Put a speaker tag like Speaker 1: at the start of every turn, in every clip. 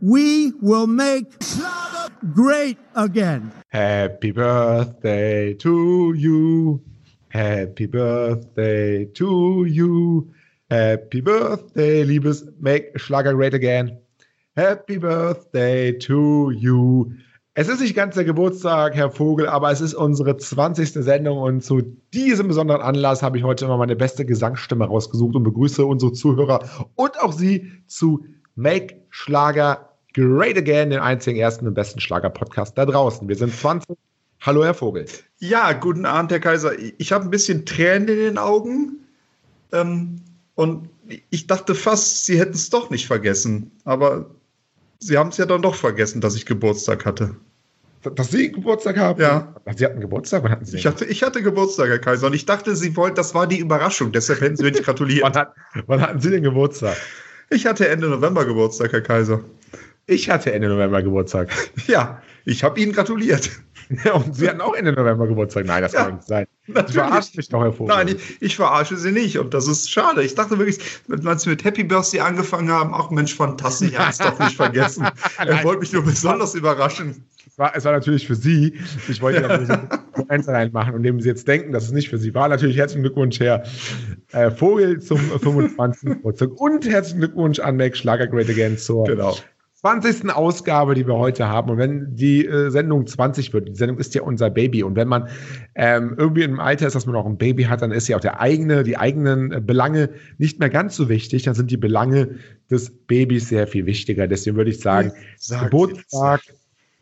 Speaker 1: We will make Schlager great again.
Speaker 2: Happy birthday to you. Happy birthday to you. Happy birthday, liebes Make Schlager Great Again. Happy birthday to you. Es ist nicht ganz der Geburtstag, Herr Vogel, aber es ist unsere 20. Sendung und zu diesem besonderen Anlass habe ich heute immer meine beste Gesangsstimme rausgesucht und begrüße unsere Zuhörer und auch Sie zu Make Schlager Great Again, den einzigen ersten und besten Schlager-Podcast da draußen. Wir sind 20. Hallo, Herr Vogel.
Speaker 3: Ja, guten Abend, Herr Kaiser. Ich habe ein bisschen Tränen in den Augen ähm, und ich dachte fast, Sie hätten es doch nicht vergessen, aber Sie haben es ja dann doch vergessen, dass ich Geburtstag hatte.
Speaker 2: Dass Sie Geburtstag haben?
Speaker 3: Ja.
Speaker 2: Sie hatten Geburtstag? Wann hatten Sie?
Speaker 3: Ich hatte, ich hatte Geburtstag, Herr Kaiser, und ich dachte, Sie wollten, das war die Überraschung, deshalb hätten Sie mir nicht gratuliert.
Speaker 2: wann, hat, wann hatten Sie denn Geburtstag?
Speaker 3: Ich hatte Ende November Geburtstag, Herr Kaiser.
Speaker 2: Ich hatte Ende November Geburtstag.
Speaker 3: Ja, ich habe Ihnen gratuliert.
Speaker 2: und Sie hatten auch Ende November Geburtstag. Nein, das
Speaker 3: Ja,
Speaker 2: kann nicht sein.
Speaker 3: natürlich.
Speaker 2: Sie verarschen mich doch, Herr Vogel.
Speaker 3: Nein, ich, ich verarsche Sie nicht und das ist schade. Ich dachte wirklich, als Sie mit Happy Birthday angefangen haben, ach Mensch, fantastisch, ich habe es doch nicht vergessen. Er wollte mich nur besonders überraschen.
Speaker 2: es, war, es war natürlich für Sie. Ich wollte ja nur so einen Einzelheit machen, indem Sie jetzt denken, dass es nicht für Sie war. Natürlich herzlichen Glückwunsch, Herr äh, Vogel, zum 25. Geburtstag. Und herzlichen Glückwunsch an Make Schlager Great Again zur
Speaker 3: Genau.
Speaker 2: 20. Ausgabe, die wir heute haben. Und wenn die äh, Sendung 20 wird, die Sendung ist ja unser Baby. Und wenn man ähm, irgendwie im Alter ist, dass man auch ein Baby hat, dann ist ja auch der eigene, die eigenen äh, Belange nicht mehr ganz so wichtig. Dann sind die Belange des Babys sehr viel wichtiger. Deswegen würde ich sagen,
Speaker 3: Sagt
Speaker 2: Geburtstag,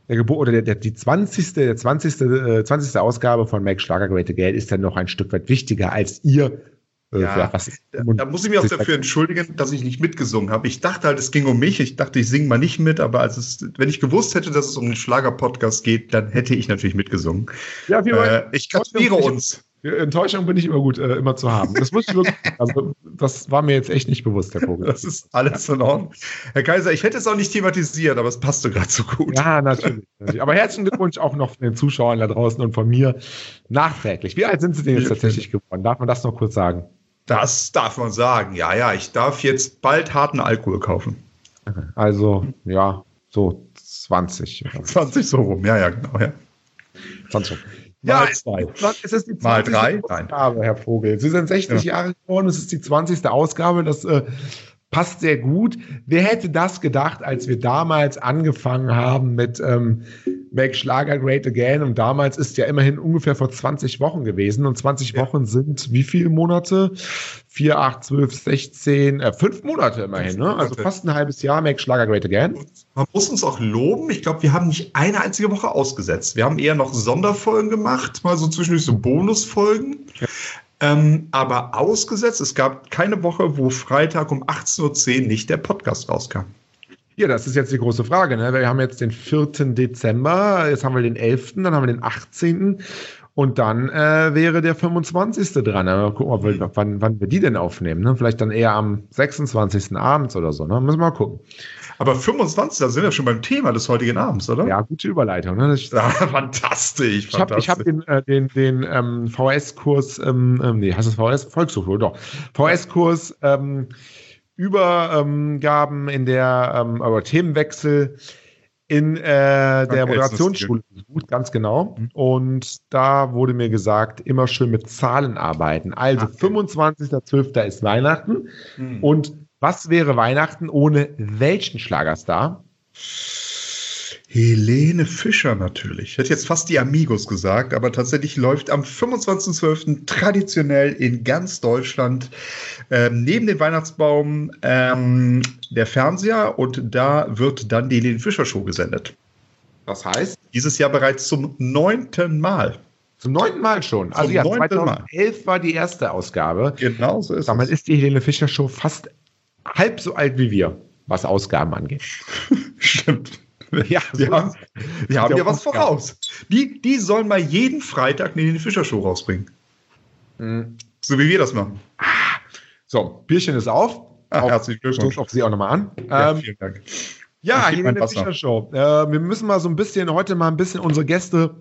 Speaker 2: der Geburt oder der, der, die 20. Der 20. Äh, 20. Ausgabe von Max Schlager Great Again ist dann noch ein Stück weit wichtiger als ihr. äh,
Speaker 3: Ja,
Speaker 2: vielleicht was ist-
Speaker 3: Da, da muss ich mich auch dafür entschuldigen, dass ich nicht mitgesungen habe. Ich dachte halt, es ging um mich. Ich dachte, ich singe mal nicht mit, aber als es, wenn ich gewusst hätte, dass es um den Schlager-Podcast geht, dann hätte ich natürlich mitgesungen.
Speaker 2: Ja, wir
Speaker 3: Äh, ich gratuliere uns.
Speaker 2: Enttäuschung bin ich immer gut, äh, immer zu haben. Das muss ich wirklich, also das war mir jetzt echt nicht bewusst, Herr Vogel.
Speaker 3: Das ist alles in Ordnung. Herr Kaiser, ich hätte es auch nicht thematisiert, aber es passte gerade so gut.
Speaker 2: Ja, natürlich, natürlich. Aber herzlichen Glückwunsch auch noch von den Zuschauern da draußen und von mir nachträglich. Wie alt sind Sie denn jetzt tatsächlich geworden? Darf man das noch kurz sagen?
Speaker 3: Das darf man sagen. Ja, ja, ich darf jetzt bald harten Alkohol kaufen.
Speaker 2: Also, ja, so 20. oder
Speaker 3: 20 so rum. Ja, ja, genau. Ja.
Speaker 2: 20.
Speaker 3: Mal
Speaker 2: Ja, es-
Speaker 3: zwei.
Speaker 2: es ist die 20.
Speaker 3: Mal drei? Nein.
Speaker 2: Ausgabe, Herr Vogel. Sie sind 60 Jahre geworden, es ist die 20. Ausgabe, das äh, passt sehr gut. Wer hätte das gedacht, als wir damals angefangen haben mit ähm, Make Schlager Great Again und damals ist ja immerhin ungefähr vor 20 Wochen gewesen und 20 Wochen sind wie viele Monate? 4, 8, 12, 16, äh, 5 Monate immerhin, ne? Also
Speaker 3: Monate.
Speaker 2: fast ein halbes Jahr Make Schlager Great Again.
Speaker 3: Man muss uns auch loben. Ich glaube, wir haben nicht eine einzige Woche ausgesetzt. Wir haben eher noch Sonderfolgen gemacht, mal so zwischendurch so Bonusfolgen. Ähm, aber ausgesetzt, es gab keine Woche, wo Freitag um 18.10 Uhr nicht der Podcast rauskam.
Speaker 2: Ja, das ist jetzt die große Frage. Ne? Wir haben jetzt den 4. Dezember, jetzt haben wir den 11., dann haben wir den 18. Und dann äh, wäre der 25. dran. Aber Mal gucken, ob wir, wann, wann wir die denn aufnehmen. Ne? Vielleicht dann eher am 26. abends oder so. Ne? Müssen wir mal gucken.
Speaker 3: Aber 25, da sind wir schon beim Thema des heutigen Abends, oder?
Speaker 2: Ja, gute Überleitung. Ne? Ich,
Speaker 3: Ah, fantastisch.
Speaker 2: ich habe ich hab den, äh, den, den ähm, VS-Kurs, ähm, ähm, nee, heißt das VS? Volkshochschule, doch. VS-Kurs ähm, Übergaben in der, ähm, oder Themenwechel in äh, der
Speaker 3: Elsen's
Speaker 2: Moderationsschule besucht, ganz genau.
Speaker 3: Mhm.
Speaker 2: Und da wurde mir gesagt, immer schön mit Zahlen arbeiten. Also
Speaker 3: Ah, Okay.
Speaker 2: 25.12. ist Weihnachten.
Speaker 3: Hm.
Speaker 2: Und was wäre Weihnachten ohne welchen Schlagerstar?
Speaker 3: Helene Fischer natürlich. Ich hätte jetzt fast die Amigos gesagt, aber tatsächlich läuft am 25.12. traditionell in ganz Deutschland ähm, neben dem Weihnachtsbaum ähm, der Fernseher und da wird dann die Helene Fischer Show gesendet.
Speaker 2: Das heißt?
Speaker 3: Dieses Jahr bereits zum neunten Mal.
Speaker 2: Zum neunten Mal schon. Also
Speaker 3: Zum
Speaker 2: ja,
Speaker 3: neunten Mal.
Speaker 2: 2011 war die erste Ausgabe.
Speaker 3: Genau so ist
Speaker 2: Damit ist die Helene Fischer Show fast halb so alt wie wir, was Ausgaben angeht.
Speaker 3: Stimmt.
Speaker 2: Ja,
Speaker 3: wir
Speaker 2: so
Speaker 3: haben,
Speaker 2: ist
Speaker 3: wir haben
Speaker 2: Ja,
Speaker 3: ja was
Speaker 2: ja.
Speaker 3: voraus. Die, die sollen mal jeden Freitag eine Helene Fischer Show rausbringen. So wie wir das machen.
Speaker 2: Mhm. So, Bierchen ist auf.
Speaker 3: Ah,
Speaker 2: Auf-
Speaker 3: herzlichen Glückwunsch.
Speaker 2: Stoß auf Sie auch nochmal an.
Speaker 3: Ja,
Speaker 2: ähm,
Speaker 3: vielen Dank.
Speaker 2: ja
Speaker 3: ich geb mein
Speaker 2: Helene
Speaker 3: Wasser.
Speaker 2: Fischer Show. Äh, wir müssen mal so ein bisschen, heute mal ein bisschen unsere Gäste,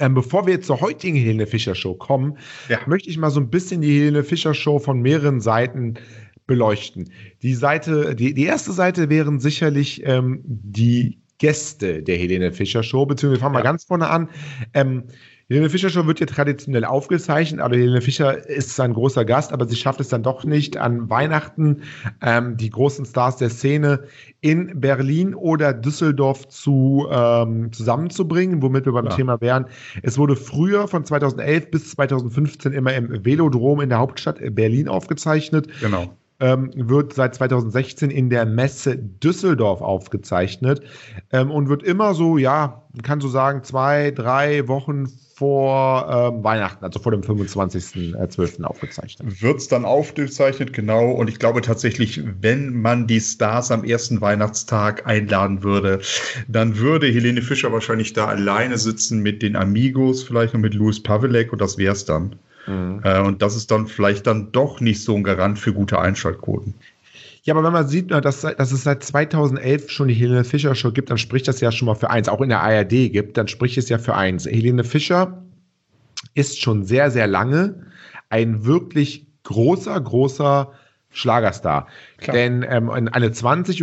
Speaker 2: ähm, bevor wir zur heutigen Helene Fischer Show kommen,
Speaker 3: Ja.
Speaker 2: möchte ich mal so ein bisschen die Helene Fischer Show von mehreren Seiten beleuchten. Die Seite, die, die erste Seite wären sicherlich ähm, die Gäste der Helene Fischer Show, beziehungsweise wir fangen mal ganz vorne an. Ähm, Helene Fischer Show wird ja traditionell aufgezeichnet, aber Helene Fischer ist ein großer Gast, aber sie schafft es dann doch nicht, an Weihnachten ähm, die großen Stars der Szene in Berlin oder Düsseldorf zu, ähm, zusammenzubringen, womit wir beim
Speaker 3: Ja.
Speaker 2: Thema wären. Es wurde früher von 2011 bis 2015 immer im Velodrom in der Hauptstadt Berlin aufgezeichnet
Speaker 3: Genau.
Speaker 2: ähm, wird seit 2016 in der Messe Düsseldorf aufgezeichnet ähm, und wird immer so, ja, man kann so sagen, zwei, drei Wochen vor ähm, Weihnachten, also vor dem 25.12. aufgezeichnet.
Speaker 3: Wird es dann aufgezeichnet, genau. Und ich glaube tatsächlich, wenn man die Stars am ersten Weihnachtstag einladen würde, dann würde Helene Fischer wahrscheinlich da alleine sitzen mit den Amigos, vielleicht noch mit Louis Pavelek und das wäre es dann. Äh, und das ist dann vielleicht dann doch nicht so ein Garant für gute Einschaltquoten.
Speaker 2: Ja, aber wenn man sieht, na, dass, dass es seit 2011 schon die Helene Fischer Show gibt, dann spricht das ja schon mal für eins. Auch in der ARD gibt, dann spricht es ja für eins. Helene Fischer ist schon sehr, sehr lange ein wirklich großer, großer Schlagerstar.
Speaker 3: Klar.
Speaker 2: Denn ähm, eine 20.15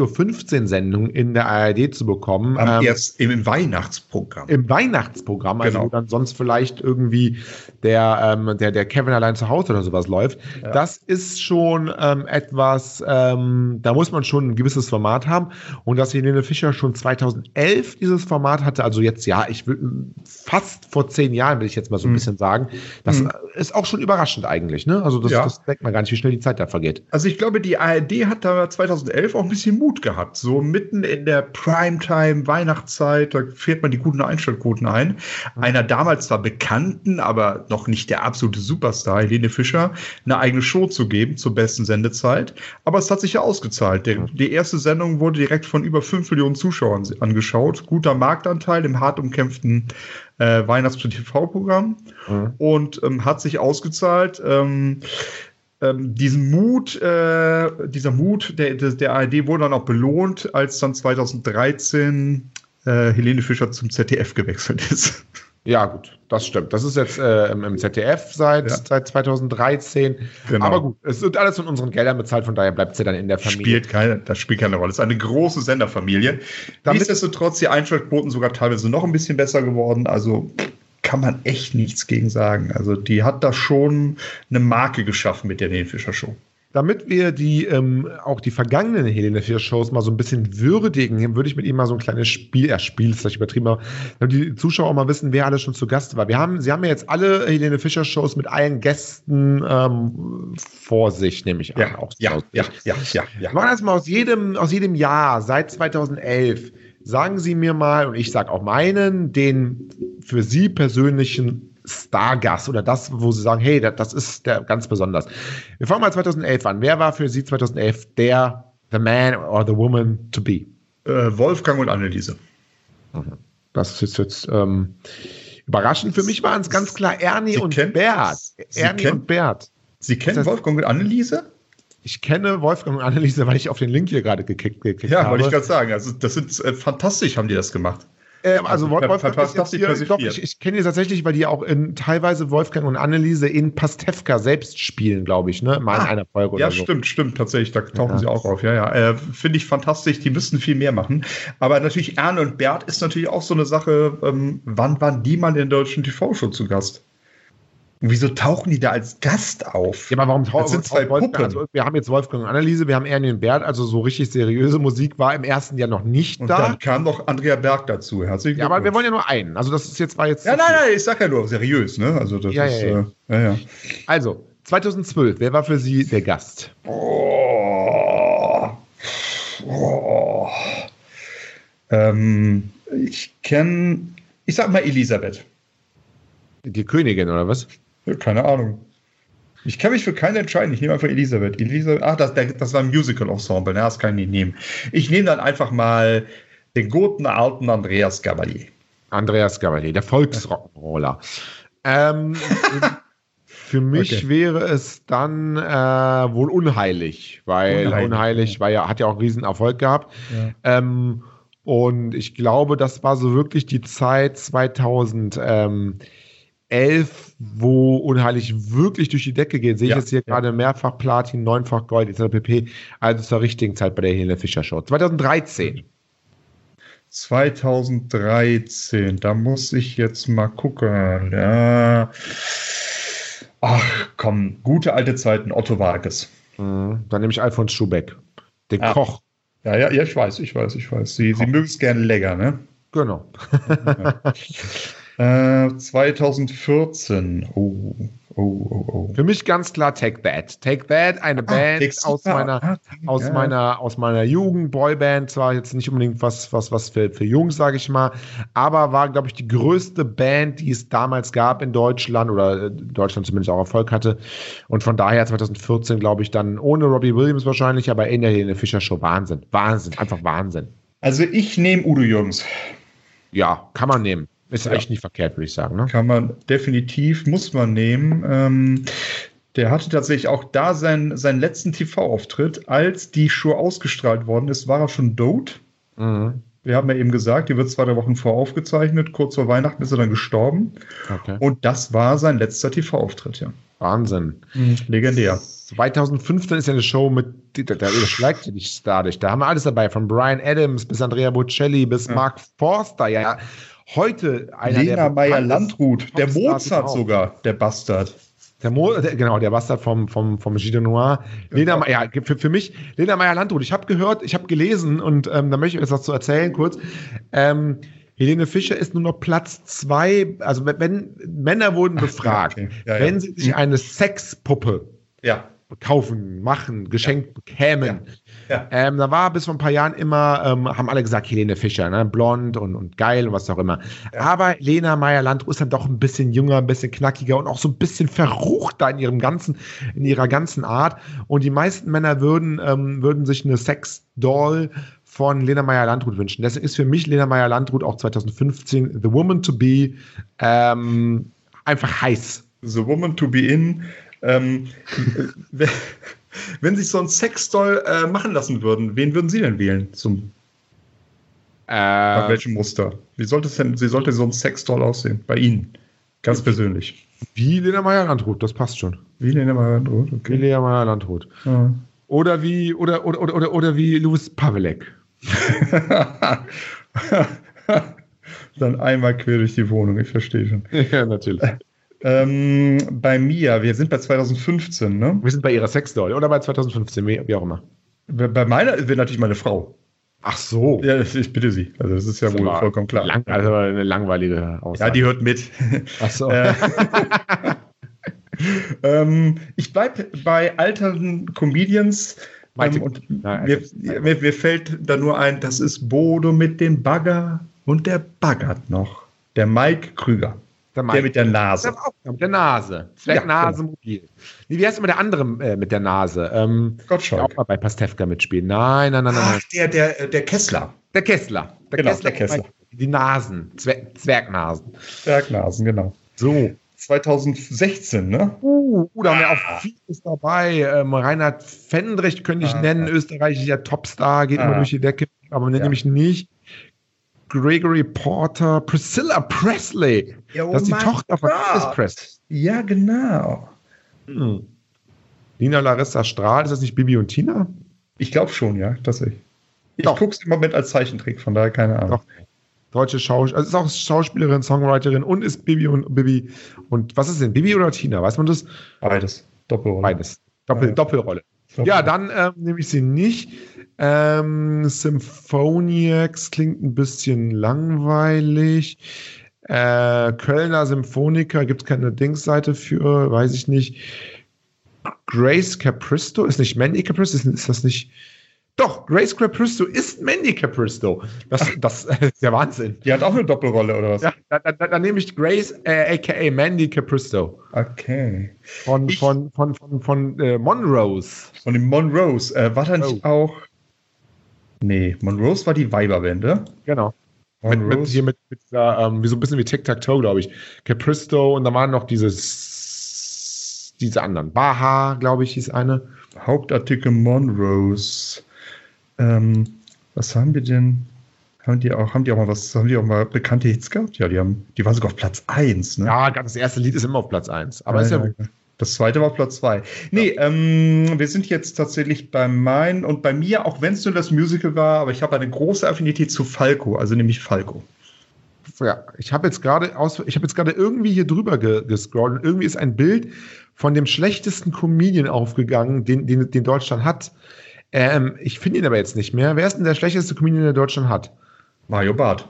Speaker 2: Uhr Sendung in der ARD zu bekommen,
Speaker 3: Am
Speaker 2: ähm,
Speaker 3: erst im Weihnachtsprogramm.
Speaker 2: im Weihnachtsprogramm, also
Speaker 3: Genau.
Speaker 2: wo dann sonst vielleicht irgendwie der, ähm, der, der Kevin allein zu Hause oder sowas läuft, das ist schon ähm, etwas, ähm, da muss man schon ein gewisses Format haben. Und dass Helene Fischer schon 2011 dieses Format hatte, also jetzt ja, ich will fast vor zehn Jahren, will ich jetzt mal so ein bisschen sagen, das
Speaker 3: Mhm.
Speaker 2: ist auch schon überraschend eigentlich. Ne? Also das,
Speaker 3: Ja.
Speaker 2: das denkt man gar nicht, wie schnell die Zeit da vergeht.
Speaker 3: Also ich glaube, die ARD hat da 2011 auch ein bisschen Mut gehabt. So mitten in der Primetime, Weihnachtszeit, da fährt man die guten Einschaltquoten ein. Einer damals zwar bekannten, aber noch nicht der absolute Superstar, Helene Fischer, eine eigene Show zu geben zur besten Sendezeit. Aber es hat sich ja ausgezahlt. Der, die erste Sendung wurde direkt von über 5 Millionen Zuschauern angeschaut. Guter Marktanteil im hart umkämpften äh, Weihnachts-TV-Programm und ähm, hat sich ausgezahlt. Ähm, ähm, diesen Mut, äh, dieser Mut der, der, der ARD wurde dann auch belohnt, als dann 2013 äh, Helene Fischer zum ZDF gewechselt ist.
Speaker 2: Ja, gut, das stimmt. Das ist jetzt äh, im im ZDF seit,
Speaker 3: Ja.
Speaker 2: seit 2013.
Speaker 3: Genau.
Speaker 2: Aber gut, es wird alles von unseren Geldern bezahlt, von daher bleibt sie dann in der Familie.
Speaker 3: Spielt keine, das spielt keine Rolle. Es ist eine große Senderfamilie.
Speaker 2: Damit-
Speaker 3: Nichtsdestotrotz die Einschaltquoten sogar teilweise noch ein bisschen besser geworden. Also kann man echt nichts gegen sagen. Also die hat da schon eine Marke geschaffen mit der Helene Fischer Show.
Speaker 2: Damit wir die ähm, auch die vergangenen Helene Fischer Shows mal so ein bisschen würdigen, würde ich mit Ihnen mal so ein kleines Spiel, äh, Spiel ist vielleicht übertrieben, aber damit die Zuschauer auch mal wissen, wer alles schon zu Gast war. Wir haben, Sie haben ja jetzt alle Helene Fischer Shows mit allen Gästen ähm, vor sich, nehme ich an. auch
Speaker 3: ja,
Speaker 2: aus-
Speaker 3: ja, ja, ja, ja.
Speaker 2: Wir machen das mal aus jedem, aus jedem Jahr seit 2011. Sagen Sie mir mal, und ich sage auch meinen, den für Sie persönlichen Stargast oder das, wo Sie sagen, hey, das, das ist der ganz besonders. Wir fangen mal 2011 an. Wer war für Sie 2011 der The Man or the Woman to be?
Speaker 3: Äh, Wolfgang und Anneliese.
Speaker 2: Das ist jetzt ähm, überraschend. Für mich waren es ganz klar Ernie
Speaker 3: Sie
Speaker 2: und
Speaker 3: kennen-
Speaker 2: Bert.
Speaker 3: Sie
Speaker 2: Ernie
Speaker 3: kennen-
Speaker 2: und Bert.
Speaker 3: Sie kennen
Speaker 2: Das-
Speaker 3: Wolfgang und Anneliese?
Speaker 2: Ich kenne Wolfgang und Anneliese, weil ich auf den Link hier gerade gekickt, geklickt
Speaker 3: Ja,
Speaker 2: habe.
Speaker 3: wollte ich gerade sagen. Also, das sind äh, fantastisch, haben die das gemacht.
Speaker 2: Ähm, also Wolf-
Speaker 3: Ver-
Speaker 2: Wolfgang ist
Speaker 3: verpasst
Speaker 2: jetzt
Speaker 3: die
Speaker 2: hier,
Speaker 3: Persifliert.
Speaker 2: doch, ich, ich kenne die tatsächlich, weil die auch in teilweise Wolfgang und Anneliese in Pastewka selbst spielen, glaube ich, ne? Mal in
Speaker 3: Ah,
Speaker 2: einer Folge oder
Speaker 3: ja,
Speaker 2: so.
Speaker 3: stimmt, stimmt, tatsächlich. Da tauchen
Speaker 2: Ja.
Speaker 3: sie auch auf. Ja, ja. Äh, Finde ich fantastisch. Die müssten viel mehr machen. Aber natürlich, Erne und Bert ist natürlich auch so eine Sache. Ähm, wann waren die mal in der deutschen TV-Show zu Gast? Und wieso tauchen die da als Gast auf?
Speaker 2: Ja, aber warum
Speaker 3: Das sind zwei
Speaker 2: Wolfgang,
Speaker 3: Puppen.
Speaker 2: Also, wir haben jetzt Wolfgang und Anneliese, wir haben Ernie und Bert, also so richtig seriöse Musik war im ersten Jahr noch nicht
Speaker 3: und
Speaker 2: da.
Speaker 3: dann kam noch Andrea Berg dazu. Herzlichen
Speaker 2: Ja, aber wir
Speaker 3: Glückwunsch.
Speaker 2: wollen ja nur einen. Also das ist jetzt war jetzt.
Speaker 3: Ja, nein, nein, ich sag ja nur seriös, ne? Also, das
Speaker 2: Ja,
Speaker 3: ist.
Speaker 2: ja, ja.
Speaker 3: Äh, ja, ja.
Speaker 2: Also 2012, wer war für Sie der Gast?
Speaker 3: Oh. Oh. Ähm, ich kenne, ich sag mal Elisabeth.
Speaker 2: Die Königin oder was?
Speaker 3: Ja, Keine Ahnung. Ich kann mich für keine entscheiden. Ich nehme einfach Elisabeth. Elisabeth ach, das, das war ein Musical-Ensemble. Na, das kann ich nicht nehmen. Ich nehme dann einfach mal den guten alten Andreas Gabalier.
Speaker 2: Andreas Gabalier, der Volksrock'n'Roller. Ähm, für- für mich
Speaker 3: Okay.
Speaker 2: wäre es dann äh, wohl unheilig, weil
Speaker 3: Unheilig,
Speaker 2: unheilig, war ja, hat ja auch einen riesen Erfolg gehabt. Ähm, und ich glaube, das war so wirklich die Zeit 2011 11, wo unheilig wirklich durch die Decke geht. Sehe
Speaker 3: Ja,
Speaker 2: ich jetzt hier
Speaker 3: ja.
Speaker 2: gerade mehrfach Platin, neunfach Gold etc. pp. Also zur richtigen Zeit bei der Helene Fischer Show. 2013.
Speaker 3: 2013, da muss ich jetzt mal gucken. Ja. Ach komm, gute alte Zeiten, Otto Wages.
Speaker 2: Mhm. Dann nehme ich Alfons Schubeck, den
Speaker 3: Ah.
Speaker 2: Koch.
Speaker 3: Ja, ja, ja, ich weiß, ich weiß, ich weiß. Sie, Sie mögen es gerne lecker, ne?
Speaker 2: Genau.
Speaker 3: Äh, 2014. Oh, oh, oh, oh.
Speaker 2: Für mich ganz klar Take That. Take That, eine Band
Speaker 3: Text-
Speaker 2: aus meiner,
Speaker 3: Ah,
Speaker 2: aus
Speaker 3: ja.
Speaker 2: meiner, aus meiner Jugend, Boyband, zwar jetzt nicht unbedingt was, was, was für, für Jungs, sage ich mal, aber war, glaube ich, die größte Band, die es damals gab in Deutschland oder äh, Deutschland zumindest auch Erfolg hatte. Und von daher 2014, glaube ich, dann ohne Robbie Williams wahrscheinlich, aber in der Helene Fischer Show Wahnsinn. Wahnsinn, einfach Wahnsinn.
Speaker 3: Also ich nehme Udo Jürgens.
Speaker 2: Ja, kann man nehmen. Ist
Speaker 3: Ja.
Speaker 2: echt nicht verkehrt, würde ich sagen. Ne?
Speaker 3: Kann man definitiv, muss man nehmen. Ähm, der hatte tatsächlich auch da seinen, seinen letzten TV-Auftritt. Als die Show ausgestrahlt worden ist, war er schon tot.
Speaker 2: Mhm.
Speaker 3: Wir haben ja eben gesagt, die wird zwei, drei Wochen voraufgezeichnet. Kurz vor Weihnachten ist er dann gestorben.
Speaker 2: Okay.
Speaker 3: Und das war sein letzter TV-Auftritt, ja.
Speaker 2: Wahnsinn.
Speaker 3: Legendär.
Speaker 2: 2015 ist ja eine Show mit, da, da überschlägt sie dich dadurch. Da haben wir alles dabei, von Brian Adams bis Andrea Bocelli bis
Speaker 3: Ja.
Speaker 2: Mark Forster. Ja, ja. heute einer der
Speaker 3: Lena
Speaker 2: bekanntesten-
Speaker 3: Meyer-Landrut, der
Speaker 2: Popstars
Speaker 3: Mozart
Speaker 2: überhaupt.
Speaker 3: sogar, der Bastard.
Speaker 2: Der Mo, der, genau, der Bastard vom, vom, vom Gide Noir. Lena, Me- ja, für, für mich, Lena Meyer-Landrut. Ich habe gehört, ich habe gelesen und ähm, da möchte ich euch das zu erzählen kurz. Ähm, Helene Fischer ist nur noch Platz zwei. Also, wenn- wenn Männer wurden befragt,
Speaker 3: okay. Ja, ja.
Speaker 2: wenn sie sich eine Sexpuppe
Speaker 3: Ja,
Speaker 2: kaufen, machen, geschenkt bekämen.
Speaker 3: ja.
Speaker 2: Ähm, da war bis vor ein paar Jahren immer, ähm, haben alle gesagt, Helene Fischer, ne? blond und, und geil und was auch immer. Aber Lena Meyer-Landrut ist dann doch ein bisschen jünger, ein bisschen knackiger und auch so ein bisschen verruchter in ihrem ganzen, in ihrer ganzen Art. Und die meisten Männer würden, ähm, würden sich eine Sex-Doll von Lena Meyer-Landrut wünschen. Deswegen ist für mich Lena Meyer-Landrut auch 2015 The Woman to Be ähm, einfach heiß.
Speaker 3: The Woman to Be In. Ähm, wenn, wenn sich so ein Sexdoll äh, machen lassen würden, wen würden Sie denn wählen? Zum, nach
Speaker 2: Äh,
Speaker 3: welchem Muster? Wie sollte, es denn, wie sollte so ein Sexdoll aussehen? Bei Ihnen. Ganz persönlich.
Speaker 2: wie Lena Meyer-Landrut, das passt schon.
Speaker 3: Wie nennen wir das? Rot?
Speaker 2: Wie
Speaker 3: Okay.
Speaker 2: Lena Meyer-Landrut.
Speaker 3: Ja.
Speaker 2: Oder wie, oder, oder, oder, oder, oder wie Louis Pavelek.
Speaker 3: Dann einmal quer durch die Wohnung, ich verstehe schon.
Speaker 2: ja, natürlich.
Speaker 3: Ähm, bei mir, wir sind bei 2015, ne?
Speaker 2: Wir sind bei ihrer Sexdoll oder bei 2015, wie, wie auch immer.
Speaker 3: Bei bei meiner wird natürlich meine Frau.
Speaker 2: Ach so.
Speaker 3: Ja, ich bitte Sie. Also, das ist ja wohl
Speaker 2: Aber
Speaker 3: vollkommen klar.
Speaker 2: Lang, also eine langweilige
Speaker 3: ja,
Speaker 2: Aussage.
Speaker 3: die hört mit.
Speaker 2: Ach so.
Speaker 3: Äh, ähm, ich bleibe bei alternden Comedians.
Speaker 2: Maite-
Speaker 3: Ähm, und
Speaker 2: Nein,
Speaker 3: mir,
Speaker 2: also-
Speaker 3: mir, mir fällt da nur ein, das ist Bodo mit dem Bagger und der baggert noch. Der Mike Krüger.
Speaker 2: der
Speaker 3: Der mit der Nase.
Speaker 2: auch, mit der Nase. Vielleicht
Speaker 3: Ja, genau.
Speaker 2: Nasenmobil. Nee, wie heißt immer der andere äh, mit der Nase? Ähm, der
Speaker 3: Gottschalk.
Speaker 2: auch mal bei Pastewka mitspielen. Nein, nein, nein, nein. nein.
Speaker 3: Ach, der, der, Ah, der Kessler.
Speaker 2: Der Kessler.
Speaker 3: Genau, der Kessler.
Speaker 2: Die Nasen. Zwer Zwergnasen.
Speaker 3: Bergnasen, genau.
Speaker 2: So.
Speaker 3: 2016, ne?
Speaker 2: Uh, da haben wir auch vieles dabei. Ähm, Reinhard Fendrich könnte ich
Speaker 3: Ah.
Speaker 2: nennen, österreichischer Topstar, geht
Speaker 3: Ah.
Speaker 2: immer durch die Decke, aber nenne
Speaker 3: Ja.
Speaker 2: ich nicht. Gregory Porter, Priscilla Presley, das ist die Tochter von Elvis Presley.
Speaker 3: Ja, genau.
Speaker 2: Hm. Nina Larissa Strahl, ist das nicht Bibi und Tina?
Speaker 3: Ich glaube schon, ja, tatsächlich. Ich
Speaker 2: Doch.
Speaker 3: guck's im Moment als Zeichentrick, von daher keine Ahnung.
Speaker 2: Doch. Deutsche Schauspielerin, also ist auch Schauspielerin, Songwriterin und ist Bibi und Bibi. Und was ist denn, Bibi oder Tina? Weiß man das?
Speaker 3: Beides. Doppelrolle.
Speaker 2: Beides. Doppel,
Speaker 3: Ja.
Speaker 2: Doppelrolle.
Speaker 3: Doppel-
Speaker 2: Ja, dann ähm, nehme ich sie nicht. Ähm, Symphoniacs klingt ein bisschen langweilig. Äh, Kölner Symphoniker gibt es keine Dingsseite für, weiß ich nicht. Grace Capristo ist nicht Mandy Capristo, ist, ist das nicht. Doch, Grace Capristo ist Mandy Capristo. Das, das ist ja Wahnsinn.
Speaker 3: Die hat auch eine Doppelrolle, oder was?
Speaker 2: Ja, dann da, da, da nehme ich Grace, äh, aka Mandy Capristo
Speaker 3: Okay.
Speaker 2: von,
Speaker 3: Ich-
Speaker 2: von, von, von, von äh, Monrose.
Speaker 3: Von den Monroes. Äh, war da nicht
Speaker 2: Oh.
Speaker 3: auch. Nee, Monroes war die Weiberbände.
Speaker 2: Genau. Mit, mit, hier mit, mit dieser, ähm, wie so ein bisschen wie Tic-Tac-Toe, glaube ich. Capristo und da waren noch dieses, diese anderen. Baha, glaube ich, hieß eine.
Speaker 3: Hauptartikel Monroes. Ähm, was haben wir denn? Haben die auch, haben die auch mal was, haben die auch mal bekannte Hits gehabt? Ja, die haben, die waren sogar auf Platz 1, ne?
Speaker 2: Ja, ganz das erste Lied ist immer auf Platz 1. Aber ist ja,
Speaker 3: ja, ja. Das zweite war Platz 2. Nee, ähm, wir sind jetzt tatsächlich bei meinen und bei mir, auch wenn es nur das Musical war, aber ich habe eine große Affinität zu Falco, also nämlich Falco.
Speaker 2: ja, ich habe jetzt gerade aus, ich habe jetzt gerade irgendwie hier drüber ge gescrollt und irgendwie ist ein Bild von dem schlechtesten Comedian aufgegangen, den, den, den Deutschland hat. Ähm, ich finde ihn aber jetzt nicht mehr. Wer ist denn der schlechteste Comedian, der Deutschland hat?
Speaker 3: Mario Barth.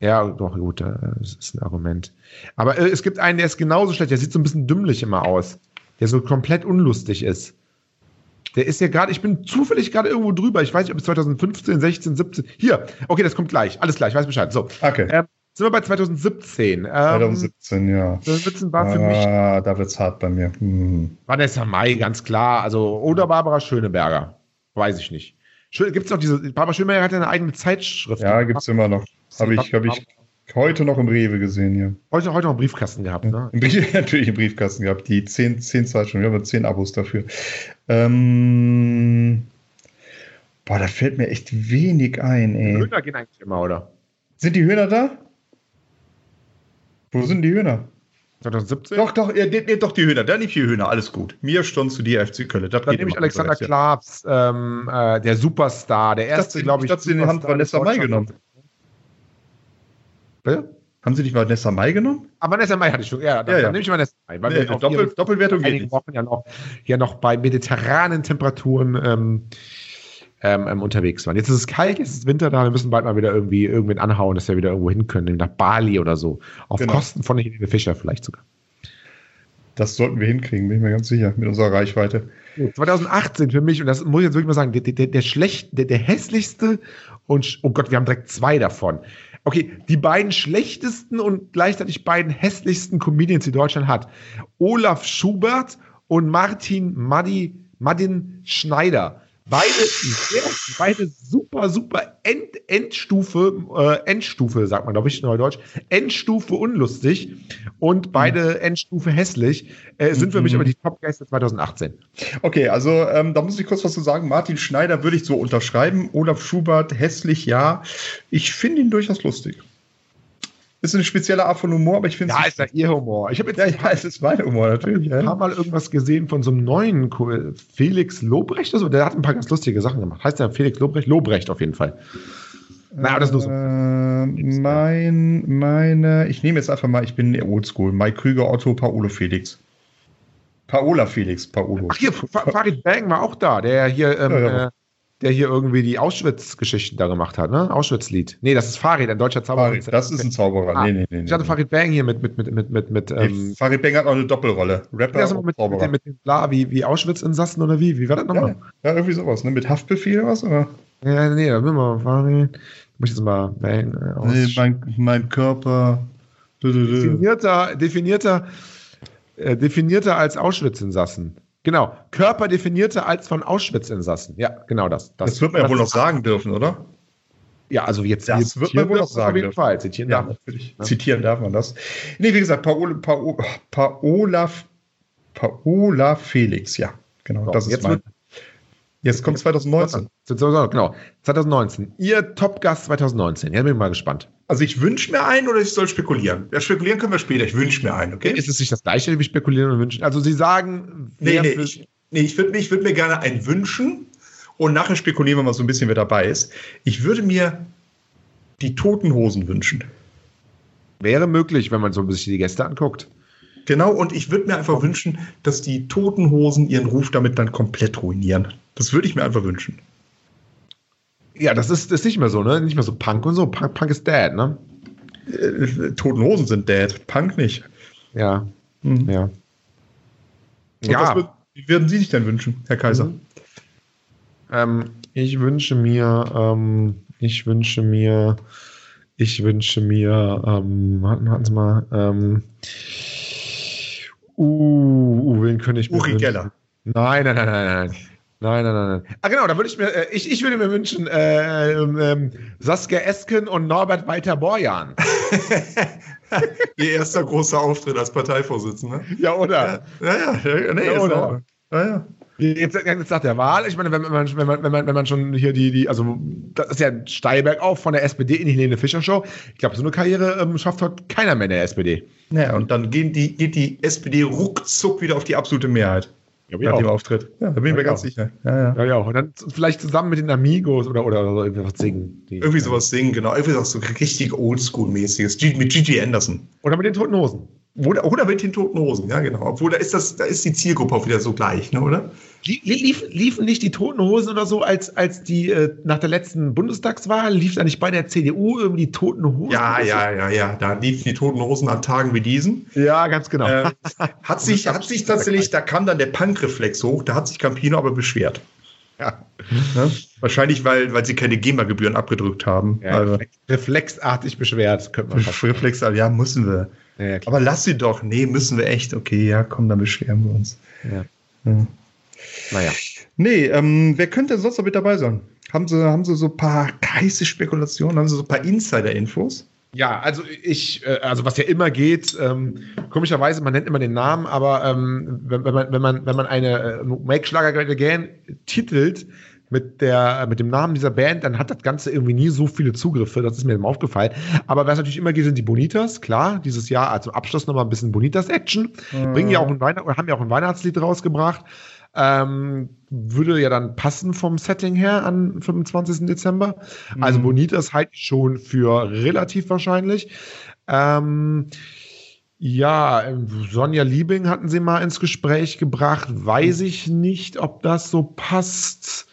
Speaker 2: Ja, doch, gut, äh, das ist ein Argument. Aber äh, es gibt einen, der ist genauso schlecht, der sieht so ein bisschen dümmlich immer aus. Der so komplett unlustig ist. Der ist ja gerade, ich bin zufällig gerade irgendwo drüber. Ich weiß nicht, ob es 2015, 16, 17. Hier, okay, das kommt gleich. Alles gleich, weiß Bescheid. So.
Speaker 3: Okay.
Speaker 2: Ähm, sind wir bei 2017. Ähm,
Speaker 3: 2017, ja.
Speaker 2: 2017 war für mich
Speaker 3: Ah, da wird's hart bei mir. Hm.
Speaker 2: Vanessa Mai, ganz klar. Also, oder Barbara Schöneberger. Weiß ich nicht. Gibt es noch diese, Barbara Schöneberger hat ja eine eigene Zeitschrift.
Speaker 3: Ja, gibt's immer noch. Habe ich, hab ich heute noch im Rewe gesehen, ja.
Speaker 2: Heute, heute noch einen Briefkasten gehabt, ne?
Speaker 3: Im Brief, natürlich im Briefkasten gehabt. Die 10, 10 Zeitschriften, wir haben 10 Abos dafür. Ähm, boah, da fällt mir echt wenig ein,
Speaker 2: Die
Speaker 3: ey.
Speaker 2: Höhner gehen eigentlich immer, oder?
Speaker 3: Sind die Hühner da? Wo sind die Hühner?
Speaker 2: 2017?
Speaker 3: Doch, doch, ihr nehmt nehmt doch die Hühner. Dann nehmt die Hühner, alles gut. Mir stunst du die FC Köln. Das
Speaker 2: Dann
Speaker 3: geht
Speaker 2: nehme ich
Speaker 3: immer.
Speaker 2: Alexander Klaps, ähm, äh, der Superstar, der erste,
Speaker 3: dachte,
Speaker 2: glaube ich.
Speaker 3: ich dachte, den haben
Speaker 2: Superstar
Speaker 3: Vanessa
Speaker 2: des
Speaker 3: Mai
Speaker 2: Deutschland-
Speaker 3: genommen.
Speaker 2: Bitte?
Speaker 3: Haben sie nicht Vanessa Mai genommen?
Speaker 2: Aber Vanessa Mai hatte ich schon. Ja, dann,
Speaker 3: Ja, ja.
Speaker 2: dann nehme ich Vanessa Mai. Weil
Speaker 3: Nee,
Speaker 2: wir auf
Speaker 3: Doppel,
Speaker 2: ihren
Speaker 3: Doppelwertung geht
Speaker 2: einigen
Speaker 3: nicht.
Speaker 2: Wochen ja noch, ja noch bei mediterranen Temperaturen ähm, ähm, ähm, unterwegs waren. Jetzt ist es kalt, jetzt ist Winter da, wir müssen bald mal wieder irgendwie irgendwen anhauen, dass wir wieder irgendwo hin können, nach Bali oder so. Auf
Speaker 3: Genau.
Speaker 2: Kosten von Helene Fischer vielleicht sogar.
Speaker 3: Das sollten wir hinkriegen, bin ich mir ganz sicher, mit unserer Reichweite.
Speaker 2: 2018 für mich, und das muss ich jetzt wirklich mal sagen, der, der, der schlecht, der, der hässlichste und, sch- oh Gott, wir haben direkt zwei davon. Okay, die beiden schlechtesten und gleichzeitig beiden hässlichsten Comedians, die Deutschland hat. Olaf Schubert und Martin Maddi, Madin Schneider. Beide, sehr, beide super, super End, Endstufe, äh, Endstufe, sagt man, glaube ich, neudeutsch. Endstufe unlustig und beide Endstufe hässlich äh, sind für mich aber die Topgeister 2018.
Speaker 3: Okay, also ähm, da muss ich kurz was zu sagen. Martin Schneider würde ich so unterschreiben. Olaf Schubert, hässlich, ja. Ich finde ihn durchaus lustig. Ist eine spezielle Art von Humor, aber ich finde
Speaker 2: Ja, ist ja ihr Humor. Ich habe jetzt
Speaker 3: ja, ja, es ist mein Humor, natürlich.
Speaker 2: ein paar
Speaker 3: Ja.
Speaker 2: Mal irgendwas gesehen von so einem neuen Ko- Felix Lobrecht oder so. Der hat ein paar ganz lustige Sachen gemacht. Heißt der Felix Lobrecht? Lobrecht auf jeden Fall. Na, aber das ist nur so.
Speaker 3: Äh, mein, meine, ich nehme jetzt einfach mal, ich bin oldschool. Mike Krüger, Otto, Paolo Felix. Paola Felix, Paolo.
Speaker 2: Ach hier, Fa- Farid Bang war auch da, der hier, ähm,
Speaker 3: Ja, ja.
Speaker 2: äh, der hier irgendwie die Auschwitz-Geschichten da gemacht hat, ne? Auschwitz-Lied. Nee, das ist Farid, ein deutscher Zauberer.
Speaker 3: Farid, das ist ein Zauberer. Nee, nee, nee.
Speaker 2: Ah, Ich hatte
Speaker 3: nee.
Speaker 2: Farid Bang hier mit, mit, mit, mit, mit, mit, ähm,
Speaker 3: Nee, Farid Beng hat auch eine Doppelrolle. Rapper
Speaker 2: das
Speaker 3: und
Speaker 2: mit, mit,
Speaker 3: Zauberer.
Speaker 2: dem, mit dem klar, wie, wie Auschwitz-Insassen oder wie? Wie war das nochmal?
Speaker 3: Ja, irgendwie sowas, ne? Mit Haftbefehl oder was? Oder?
Speaker 2: Ja, nee, da müssen wir mal Farid. Muss ich jetzt mal Bang äh, aus.
Speaker 3: mein, mein Körper. Dö, dö, dö.
Speaker 2: definierter, definierter, äh, definierter als Auschwitz-Insassen. Genau, Körper definierter als von Auschwitz-Insassen. Ja, genau das.
Speaker 3: Das wird man ja wohl noch
Speaker 2: ist-
Speaker 3: sagen dürfen, oder?
Speaker 2: Ja, also jetzt
Speaker 3: Das
Speaker 2: jetzt
Speaker 3: wird man
Speaker 2: zitieren
Speaker 3: wohl
Speaker 2: wir
Speaker 3: noch
Speaker 2: das
Speaker 3: sagen
Speaker 2: Auf jeden
Speaker 3: dürfen.
Speaker 2: Fall. Zitieren darf man.
Speaker 3: natürlich. Zitieren darf man das. Nee, wie gesagt, Paola, Paola, Paola, Paola Felix, ja. Genau,
Speaker 2: So,
Speaker 3: das ist
Speaker 2: jetzt
Speaker 3: mein.
Speaker 2: wird-
Speaker 3: Jetzt kommt 2019.
Speaker 2: Genau, 2019. Ihr Topgast 2019. Jetzt bin ich mal gespannt.
Speaker 3: Also ich wünsche mir einen oder ich soll spekulieren? Ja, spekulieren können wir später. Ich wünsche mir einen, okay?
Speaker 2: Ist es nicht das gleiche, wie spekulieren und wünschen? Also Sie sagen,
Speaker 3: Nee,
Speaker 2: wer
Speaker 3: nee,
Speaker 2: für-
Speaker 3: ich, nee, ich würde würd mir gerne einen wünschen und nachher spekulieren wir mal so ein bisschen, wer dabei ist. Ich würde mir die Toten Hosen wünschen.
Speaker 2: wäre möglich, wenn man so ein bisschen die Gäste anguckt.
Speaker 3: Genau, und ich würde mir einfach wünschen, dass die Toten Hosen ihren Ruf damit dann komplett ruinieren. Das würde ich mir einfach wünschen.
Speaker 2: Ja, das ist, das ist nicht mehr so, ne? Nicht mehr so Punk und so. Punk, Punk ist dead, ne?
Speaker 3: Äh, Toten Hosen sind dead, Punk nicht.
Speaker 2: Ja,
Speaker 3: Mhm.
Speaker 2: ja.
Speaker 3: Und was würd- wie würden Sie sich denn wünschen, Herr Kaiser?
Speaker 2: Mhm. Ähm, ich wünsche mir, ähm, ich wünsche mir, ich wünsche mir, ähm, warten, warten Sie mal, ähm, uh, uh, wen könnte ich mir
Speaker 3: Uri
Speaker 2: wünschen?
Speaker 3: Geller.
Speaker 2: Nein, nein, nein, nein, nein. Nein, nein, nein, nein. Ah, genau, da würde ich mir, äh, ich, ich würde mir wünschen, äh, ähm, ähm, Saskia Esken und Norbert Walter Borjan.
Speaker 3: Ihr erster großer Auftritt als Parteivorsitzender.
Speaker 2: Ja, oder?
Speaker 3: Ja, ja, ja, nee,
Speaker 2: Ja,
Speaker 3: ist
Speaker 2: oder?
Speaker 3: auch- ja, ja.
Speaker 2: Jetzt, jetzt nach der Wahl, ich meine, wenn man, wenn man, wenn man, wenn man schon hier die, die, also das ist ja steil bergauf von der SPD in die Helene Fischer Show. Ich glaube, so eine Karriere ähm, schafft heute keiner mehr in der SPD.
Speaker 3: Ja, und dann gehen die, geht die SPD ruckzuck wieder auf die absolute Mehrheit.
Speaker 2: Glaub
Speaker 3: Nach dem Auftritt. Ja, da bin ich mir
Speaker 2: Ja,
Speaker 3: ganz
Speaker 2: ich
Speaker 3: sicher. Ja, ja.
Speaker 2: Ja, ja. Und dann z- vielleicht zusammen mit den Amigos oder, oder, oder so irgendwas singen. Die,
Speaker 3: Irgendwie sowas singen, genau. Irgendwie sowas so richtig oldschool-mäßiges. G- Mit Gigi Anderson.
Speaker 2: Oder mit den Toten Hosen.
Speaker 3: Oder, oder mit den toten Hosen, ja, genau. Obwohl, da ist, das, da ist die Zielgruppe auch wieder so gleich, ne, oder?
Speaker 2: Lie- Lief, liefen nicht die Toten Hosen oder so, als, als die äh, nach der letzten Bundestagswahl, lief da nicht bei der CDU irgendwie die Toten Hosen?
Speaker 3: Ja,
Speaker 2: oder so?
Speaker 3: ja, ja, ja. Da liefen die toten Hosen an Tagen wie diesen.
Speaker 2: Ja, ganz genau.
Speaker 3: Ähm, hat, sich, hat sich tatsächlich, da kam dann der Punkreflex hoch, da hat sich Campino aber beschwert.
Speaker 2: Ja.
Speaker 3: Ne? Wahrscheinlich, weil, weil sie keine GEMA-Gebühren abgedrückt haben.
Speaker 2: Ja,
Speaker 3: also,
Speaker 2: reflex- reflexartig beschwert, könnte man fast.
Speaker 3: Reflex, also, ja, müssen wir.
Speaker 2: Ja, ja, klar.
Speaker 3: Aber lass sie doch. Nee, müssen wir echt. Okay, ja, komm, dann beschweren wir uns.
Speaker 2: Ja.
Speaker 3: Ja.
Speaker 2: Naja.
Speaker 3: Nee, ähm, wer könnte denn sonst noch mit dabei sein? Haben sie, haben sie so ein paar heiße Spekulationen? Haben sie so ein paar Insider-Infos?
Speaker 2: Ja, also ich, äh, also was ja immer geht, ähm, komischerweise, man nennt immer den Namen, aber ähm, wenn, wenn man, wenn man, wenn man eine äh, Make Schlager Great Again titelt mit der, mit dem Namen dieser Band, dann hat das Ganze irgendwie nie so viele Zugriffe. Das ist mir eben aufgefallen. Aber was natürlich immer geht, sind die Bonitas, klar. Dieses Jahr also zum Abschluss nochmal ein bisschen Bonitas-Action. Bringen ja auch ein Weihnacht oder haben ja auch ein Weihnachtslied rausgebracht. Ähm, würde ja dann passen vom Setting her an 25. Dezember. Also
Speaker 3: Mhm.
Speaker 2: Bonitas halte ich schon für relativ wahrscheinlich. Ähm, ja, ähm, Sonja Liebing hatten sie mal ins Gespräch gebracht. Weiß ich nicht, ob das so passt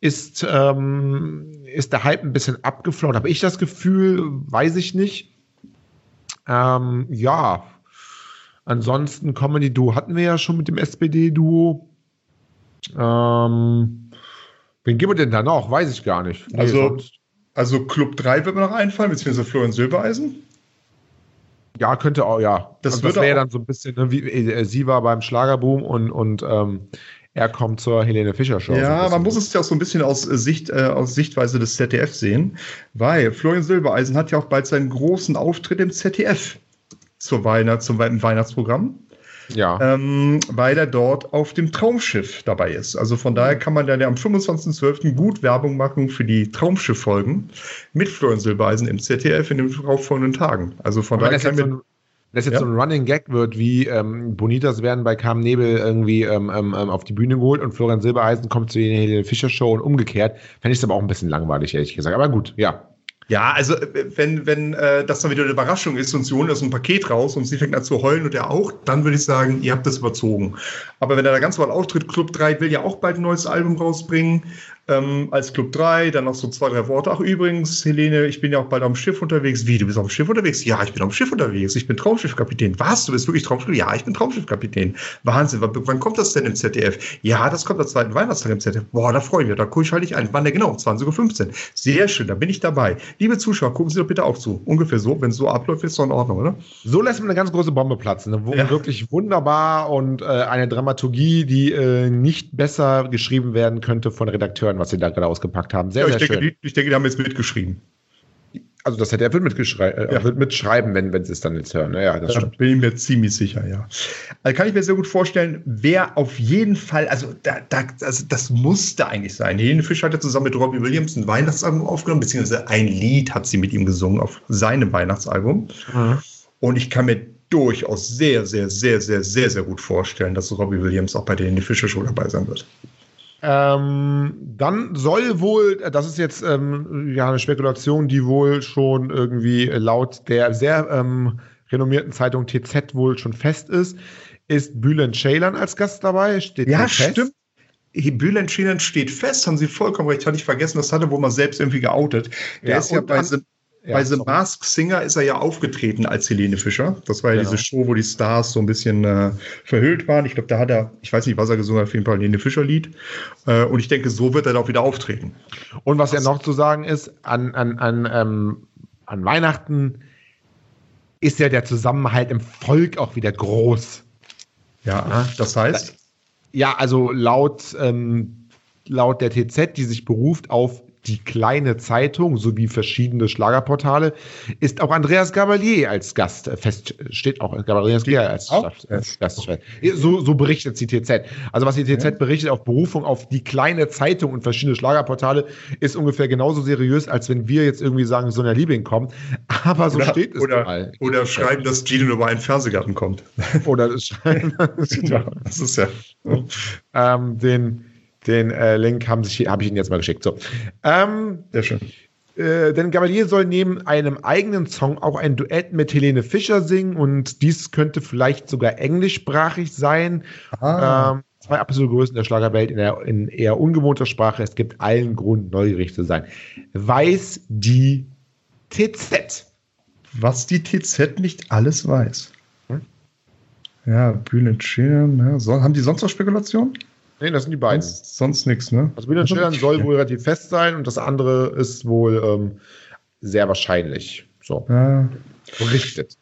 Speaker 2: ist, ähm, ist der Hype ein bisschen abgeflaut. Habe ich das Gefühl, weiß ich nicht. Ähm, ja, ansonsten Comedy-Duo hatten wir ja schon mit dem SPD-Duo. Ähm, wen gibt es denn da noch? Weiß ich gar nicht. Nee,
Speaker 3: Also-
Speaker 2: sonst-
Speaker 3: Also Club 3 wird mir noch einfallen, beziehungsweise Florian Silbereisen.
Speaker 2: ja, könnte auch, ja.
Speaker 3: Das
Speaker 2: das
Speaker 3: würde
Speaker 2: wäre
Speaker 3: auch-
Speaker 2: dann so ein bisschen, ne, wie, äh, sie war beim Schlagerboom und, und ähm, er kommt zur Helene Fischer-Show. so ein
Speaker 3: Ja,
Speaker 2: bisschen.
Speaker 3: man muss es ja auch so ein bisschen aus, äh, Sicht, äh, aus Sichtweise des ZDF sehen, weil Florian Silbereisen hat ja auch bald seinen großen Auftritt im ZDF zur Weihnacht, zum Wei- im Weihnachtsprogramm,
Speaker 2: Ja.
Speaker 3: ähm, weil er dort auf dem Traumschiff dabei ist. Also von daher kann man dann ja am 25.12. gut Werbung machen für die Traumschiff-Folgen mit Florian Silbereisen im ZDF in den darauffolgenden Tagen. Also von
Speaker 2: Wenn
Speaker 3: daher
Speaker 2: das
Speaker 3: kann
Speaker 2: jetzt, so
Speaker 3: man.
Speaker 2: ein, wenn das jetzt
Speaker 3: Ja.
Speaker 2: so ein Running Gag wird, wie ähm, Bonitas werden bei Carmen Nebel irgendwie ähm, ähm, ähm, auf die Bühne geholt und Florian Silbereisen kommt zu den Helene Fischer Show und umgekehrt, fände ich es aber auch ein bisschen langweilig, ehrlich gesagt. Aber gut, ja.
Speaker 3: Ja, also äh, wenn, wenn äh, das dann wieder eine Überraschung ist und sie holen aus dem Paket raus und sie fängt an zu heulen und er auch, dann würde ich sagen, ihr habt das überzogen. Aber wenn er da ganz normal auftritt, Club 3 will ja auch bald ein neues Album rausbringen, ähm, als Club 3, dann noch so zwei, drei Worte. Ach übrigens, Helene, ich bin ja auch bald am Schiff unterwegs. Wie, du bist auf dem Schiff unterwegs? Ja, ich bin auf dem Schiff unterwegs. Ich bin Traumschiffkapitän. Was, du bist wirklich Traumschiff? Ja, ich bin Traumschiffkapitän. Wahnsinn, wann, wann kommt das denn im ZDF? Ja, das kommt am zweiten Weihnachtstag im ZDF. Boah, da freue ich mich, da gucke ich halt nicht ein. Wann denn genau? Um 20.15 Uhr. Sehr schön, da bin ich dabei. Liebe Zuschauer, gucken Sie doch bitte auch zu. Ungefähr so, wenn es so abläuft, ist es doch in Ordnung, oder?
Speaker 2: So lässt man eine ganz große Bombe platzen. Eine, wo-
Speaker 3: Ja.
Speaker 2: Wirklich wunderbar und äh, eine Dramaturgie, die äh, nicht besser geschrieben werden könnte von Redakteuren, was sie da gerade ausgepackt haben. Sehr,
Speaker 3: ja, ich,
Speaker 2: sehr
Speaker 3: denke,
Speaker 2: schön.
Speaker 3: die, ich denke, die haben jetzt mitgeschrieben.
Speaker 2: Also das hätte er wird, mitgeschrei- äh,
Speaker 3: Ja.
Speaker 2: wird mitschreiben, wenn wenn sie es dann jetzt hören. ne? Ja, das
Speaker 3: Da
Speaker 2: stimmt.
Speaker 3: bin ich mir ziemlich sicher, ja. Also kann ich mir sehr gut vorstellen, wer auf jeden Fall, also, da, da, also das musste eigentlich sein. Helene Fischer hat ja zusammen mit Robbie Williams ein Weihnachtsalbum aufgenommen, beziehungsweise ein Lied hat sie mit ihm gesungen auf seinem Weihnachtsalbum.
Speaker 2: Mhm.
Speaker 3: Und ich kann mir durchaus sehr, sehr, sehr, sehr, sehr, sehr gut vorstellen, dass Robbie Williams auch bei der Helene Fischer Show dabei sein wird.
Speaker 2: Ähm, dann soll wohl, das ist jetzt ähm, ja eine Spekulation, die wohl schon irgendwie laut der sehr ähm, renommierten Zeitung TZ wohl schon fest ist, ist Bülent Ceylan als Gast dabei. Steht
Speaker 3: Ja,
Speaker 2: wohl fest.
Speaker 3: stimmt. Bülent Ceylan steht fest, haben Sie vollkommen recht, hatte ich vergessen, das hatte wohl mal selbst irgendwie geoutet. Der
Speaker 2: Ja,
Speaker 3: ist ja
Speaker 2: und
Speaker 3: bei,
Speaker 2: an-
Speaker 3: The,
Speaker 2: Ja,
Speaker 3: bei The
Speaker 2: sorry.
Speaker 3: Mask Singer ist er ja aufgetreten als Helene Fischer. Das war ja
Speaker 2: Genau.
Speaker 3: diese Show, wo die Stars so ein bisschen äh, verhüllt waren. Ich glaube, da hat er, ich weiß nicht, was er gesungen hat, auf jeden Fall ein Helene Fischer-Lied. Äh, und ich denke, so wird er da auch wieder auftreten.
Speaker 2: Und was ja noch zu sagen ist, an, an, an, ähm, an Weihnachten ist ja der Zusammenhalt im Volk auch wieder groß.
Speaker 3: Ja, ah, das heißt,
Speaker 2: Ja, also laut, ähm, laut der TZ, die sich beruft auf Die kleine Zeitung sowie verschiedene Schlagerportale ist auch Andreas Gabalier als Gast äh, fest, steht auch Andreas Gabalier als,
Speaker 3: auch?
Speaker 2: als Gast. So, so berichtet die TZ. Also was die TZ berichtet auf Berufung auf die kleine Zeitung und verschiedene Schlagerportale ist ungefähr genauso seriös, als wenn wir jetzt irgendwie sagen, so einer Liebling kommen. Aber so
Speaker 3: Oder,
Speaker 2: steht es nun
Speaker 3: oder,
Speaker 2: mal.
Speaker 3: oder schreiben, dass Gino über einen Fernsehgarten kommt.
Speaker 2: Oder es scheint-
Speaker 3: Ja, das ist ja.
Speaker 2: ähm, den, den äh, Link haben sich, habe ich Ihnen jetzt mal geschickt. So. Ähm,
Speaker 3: Sehr schön.
Speaker 2: äh, denn Gabalier soll neben einem eigenen Song auch ein Duett mit Helene Fischer singen und dies könnte vielleicht sogar englischsprachig sein. Ähm, zwei absolute Größen der Schlagerwelt in, der, in eher ungewohnter Sprache. Es gibt allen Grund, neugierig zu sein. Weiß die TZ.
Speaker 3: was die TZ nicht alles weiß.
Speaker 2: Hm?
Speaker 3: Ja, Bühnen chillen. Ja. So, haben die sonst noch Spekulationen?
Speaker 2: Nee, das sind die beiden.
Speaker 3: Sonst, sonst nichts, ne?
Speaker 2: Also Bill und Schildern soll wohl relativ fest sein und das andere ist wohl ähm, sehr wahrscheinlich. So,
Speaker 3: Ja.
Speaker 2: berichtet.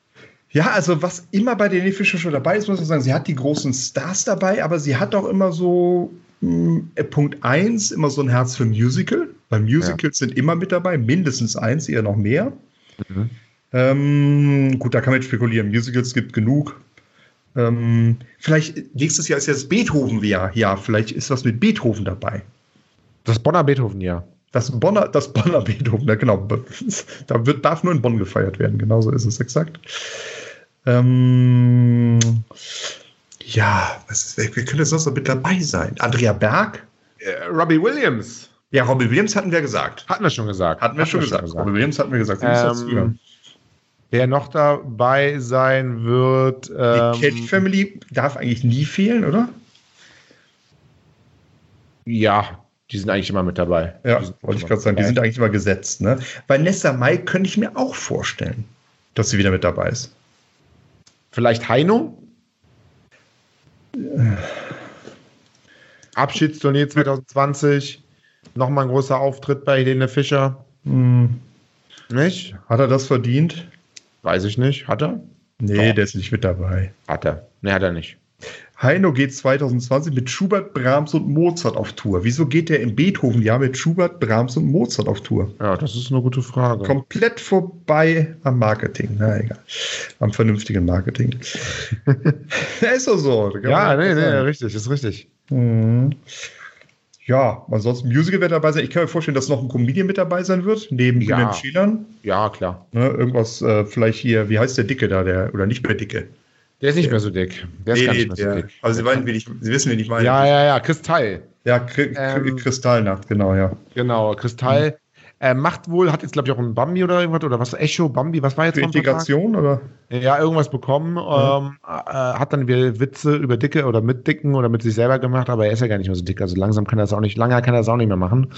Speaker 3: Ja, also was immer bei Helene Fischer schon dabei ist, muss man sagen, sie hat die großen Stars dabei, aber sie hat auch immer so mh, äh, Punkt eins immer so ein Herz für Musical. Bei Musicals sind immer mit dabei, mindestens eins, eher noch mehr. Ähm, gut, da kann man jetzt spekulieren. Musicals gibt genug. Ähm, vielleicht nächstes Jahr ist ja das Beethoven-Jahr. Ja, vielleicht ist was mit Beethoven dabei.
Speaker 2: Das Bonner Beethoven, ja.
Speaker 3: Das Bonner, das Bonner Beethoven, ja genau. Da wird, darf nur in Bonn gefeiert werden, genauso ist es exakt. Ähm, ja, was ist, wer, wer könnte sonst noch mit dabei sein? Andrea Berg?
Speaker 2: Äh, Robbie Williams.
Speaker 3: Ja, Robbie Williams hatten wir gesagt.
Speaker 2: Hatten wir schon gesagt.
Speaker 3: Hatten wir schon gesagt. Robbie Williams hatten wir gesagt.
Speaker 2: Ähm, Wer noch dabei sein wird.
Speaker 3: die Kelch
Speaker 2: Ähm,
Speaker 3: Family darf eigentlich nie fehlen, oder?
Speaker 2: ja, die sind eigentlich immer mit dabei.
Speaker 3: Ja,
Speaker 2: Die sind
Speaker 3: wollte ich
Speaker 2: immer
Speaker 3: gerade sagen, die
Speaker 2: dabei.
Speaker 3: sind eigentlich immer gesetzt. Ne? Vanessa Mai könnte ich mir auch vorstellen, dass sie wieder mit dabei ist.
Speaker 2: Vielleicht Heino? Abschiedstournee 2020. Nochmal ein großer Auftritt bei Helene Fischer.
Speaker 3: Hm,
Speaker 2: Nicht?
Speaker 3: hat er das verdient?
Speaker 2: Weiß ich nicht. Hat er?
Speaker 3: Nee,
Speaker 2: Doch.
Speaker 3: der ist nicht mit dabei.
Speaker 2: Hat er. Ne, hat er nicht.
Speaker 3: Heino geht 2020 mit Schubert, Brahms und Mozart auf Tour. Wieso geht der im Beethoven-Jahr mit Schubert, Brahms und Mozart auf Tour?
Speaker 2: Ja, das ist eine gute Frage.
Speaker 3: Komplett vorbei am Marketing. Na egal. Am vernünftigen Marketing. ja, ist doch so. Da kann
Speaker 2: Ja,
Speaker 3: man
Speaker 2: nee,
Speaker 3: nichts
Speaker 2: nee,
Speaker 3: sagen.
Speaker 2: richtig, ist richtig.
Speaker 3: Mhm. Ja, ansonsten Musical wird dabei sein. Ich kann mir vorstellen, dass noch ein Comedian mit dabei sein wird, neben
Speaker 2: Ja.
Speaker 3: ja. Schülern.
Speaker 2: Ja, klar.
Speaker 3: Ne, irgendwas, äh, vielleicht hier, wie heißt der Dicke da, der, oder nicht mehr Dicke?
Speaker 2: Der ist nicht mehr so dick. Der ist gar nicht mehr so
Speaker 3: der,
Speaker 2: dick.
Speaker 3: also Sie, meinen, wen ich, Sie wissen, wen ich meine.
Speaker 2: Ja, ja, ja, Kristall.
Speaker 3: Ja, Kri
Speaker 2: Ähm,
Speaker 3: Kri Kristallnacht, genau, ja.
Speaker 2: Genau, Kristall.
Speaker 3: Mhm.
Speaker 2: Äh, macht wohl, hat jetzt, glaube ich, auch ein Bambi oder irgendwas, oder was, Echo, Bambi, was war jetzt
Speaker 3: Für
Speaker 2: vor ein paar Tagen?
Speaker 3: Integration, Mhm. oder?
Speaker 2: Ja, irgendwas bekommen, ähm, äh, hat dann wieder Witze über Dicke oder mit Dicken oder mit sich selber gemacht, aber er ist ja gar nicht mehr so dick, also langsam kann er das auch nicht, lange kann er das auch nicht mehr machen.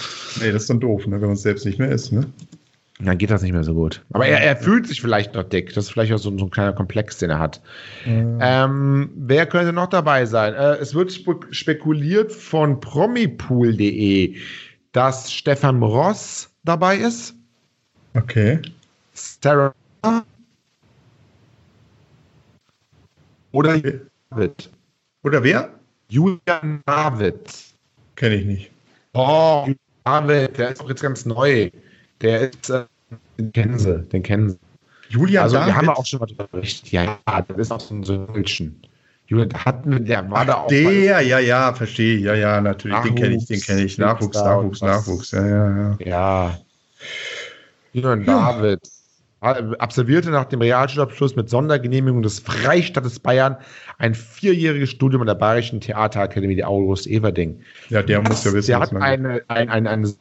Speaker 3: Nee, das ist dann doof, ne, wenn man es selbst nicht mehr ist, ne?
Speaker 2: Und Dann geht das nicht mehr so gut. Aber er, er fühlt sich vielleicht noch dick, das ist vielleicht auch so, so ein kleiner Komplex, den er hat. Ähm, wer könnte noch dabei sein? Äh, es wird spe spekuliert von promipool.de, dass Stefan Ross dabei ist,
Speaker 3: Okay.
Speaker 2: Sarah oder
Speaker 3: Okay.
Speaker 2: David.
Speaker 3: Oder wer?
Speaker 2: Julian David.
Speaker 3: Kenne ich nicht.
Speaker 2: Oh, David, der ist auch jetzt ganz neu. Der ist, äh, den kennen sie, den kennen sie.
Speaker 3: Julia
Speaker 2: also wir
Speaker 3: David.
Speaker 2: haben ja auch schon mal drüber berichtet. Ja, ja, das ist auch so ein Sölchen. Julian, da hatten wir, der war da auch bei,
Speaker 3: Der, ja, ja, verstehe. Ja, ja, natürlich. Den kenne ich, den
Speaker 2: Nachwuchs.
Speaker 3: kenne ich. Nachwuchs,
Speaker 2: Da
Speaker 3: Nachwuchs,
Speaker 2: und was.
Speaker 3: Nachwuchs. Ja, ja, ja.
Speaker 2: Ja. Julian David absolvierte nach dem Realschulabschluss mit Sondergenehmigung des Freistaates Bayern ein vierjähriges Studium an der Bayerischen Theaterakademie der August Everding.
Speaker 3: Ja, der muss ja wissen,
Speaker 2: Der
Speaker 3: was
Speaker 2: hat
Speaker 3: man-
Speaker 2: eine, ein, ein, eine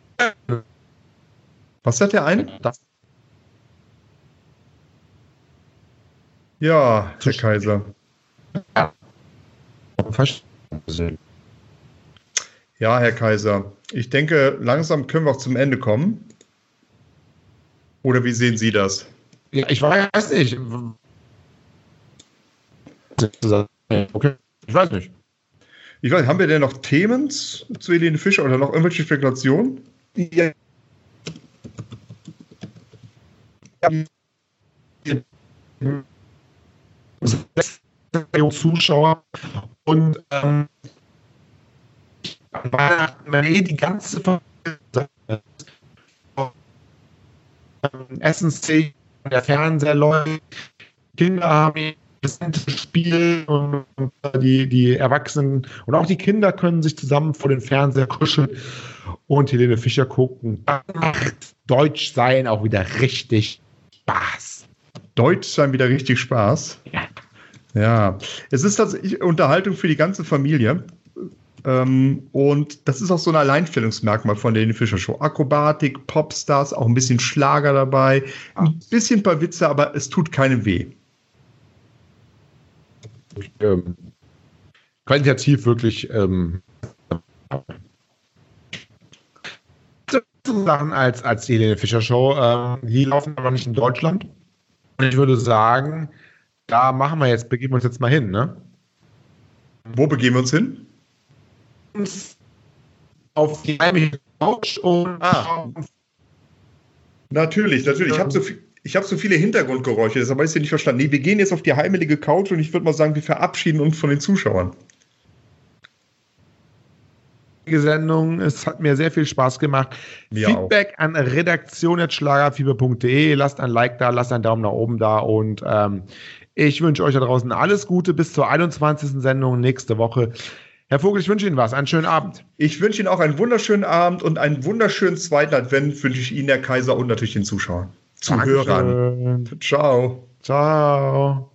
Speaker 3: Was hat der einen?
Speaker 2: das
Speaker 3: Ja, der Kaiser.
Speaker 2: verstanden.
Speaker 3: Ja, Herr Kaiser. Ich denke, langsam können wir auch zum Ende kommen. Oder wie sehen Sie das?
Speaker 2: Ja, ich weiß nicht. Okay, ich weiß nicht.
Speaker 3: Ich weiß, haben wir denn noch Themen zu Helene Fischer oder noch irgendwelche Spekulationen?
Speaker 2: Ja. Zuschauer und ähm, an Weihnachten, wenn eh die ganze Familie Essensszenen, der Fernseher läuft, Kinder haben das Spiel und die, die Erwachsenen und auch die Kinder können sich zusammen vor den Fernseher kuscheln und Helene Fischer gucken. Das macht Deutsch sein auch wieder richtig Spaß.
Speaker 3: Deutsch sein wieder richtig Spaß.
Speaker 2: Ja.
Speaker 3: Ja, es ist tatsächlich Unterhaltung für die ganze Familie. Ähm, und das ist auch so ein Alleinstellungsmerkmal von der Fischer Show. Akrobatik, Popstars, auch ein bisschen Schlager dabei, ein bisschen ein paar Witze, aber es tut keinem weh.
Speaker 2: Ähm, qualitativ wirklich ähm, so Sachen als, als die Helene Fischer Show. Ähm, die laufen aber nicht in Deutschland. Und ich würde sagen, da machen wir jetzt, begeben wir uns jetzt mal hin, ne?
Speaker 3: Wo begeben wir uns hin?
Speaker 2: uns auf die heimliche Couch und
Speaker 3: Ah. Natürlich, natürlich. Ich habe so, vi- ich hab so viele Hintergrundgeräusche, deshalb habe ich es nicht verstanden. Nee, wir gehen jetzt auf die heimelige Couch und ich würde mal sagen, wir verabschieden uns von den Zuschauern.
Speaker 2: die Sendung. Es hat mir sehr viel Spaß gemacht.
Speaker 3: Mir
Speaker 2: Feedback an redaktion.schlagerfieber.de. Lasst ein Like da, lasst einen Daumen nach oben da und ähm, ich wünsche euch da draußen alles Gute bis zur 21. Sendung nächste Woche. Herr Vogel, ich wünsche Ihnen was. Einen schönen Abend.
Speaker 3: Ich wünsche Ihnen auch einen wunderschönen Abend und einen wunderschönen zweiten Advent wünsche ich Ihnen, der Kaiser, und natürlich den Zuschauern. Zuhörern.
Speaker 2: Dankeschön.
Speaker 3: Ciao.
Speaker 2: Ciao.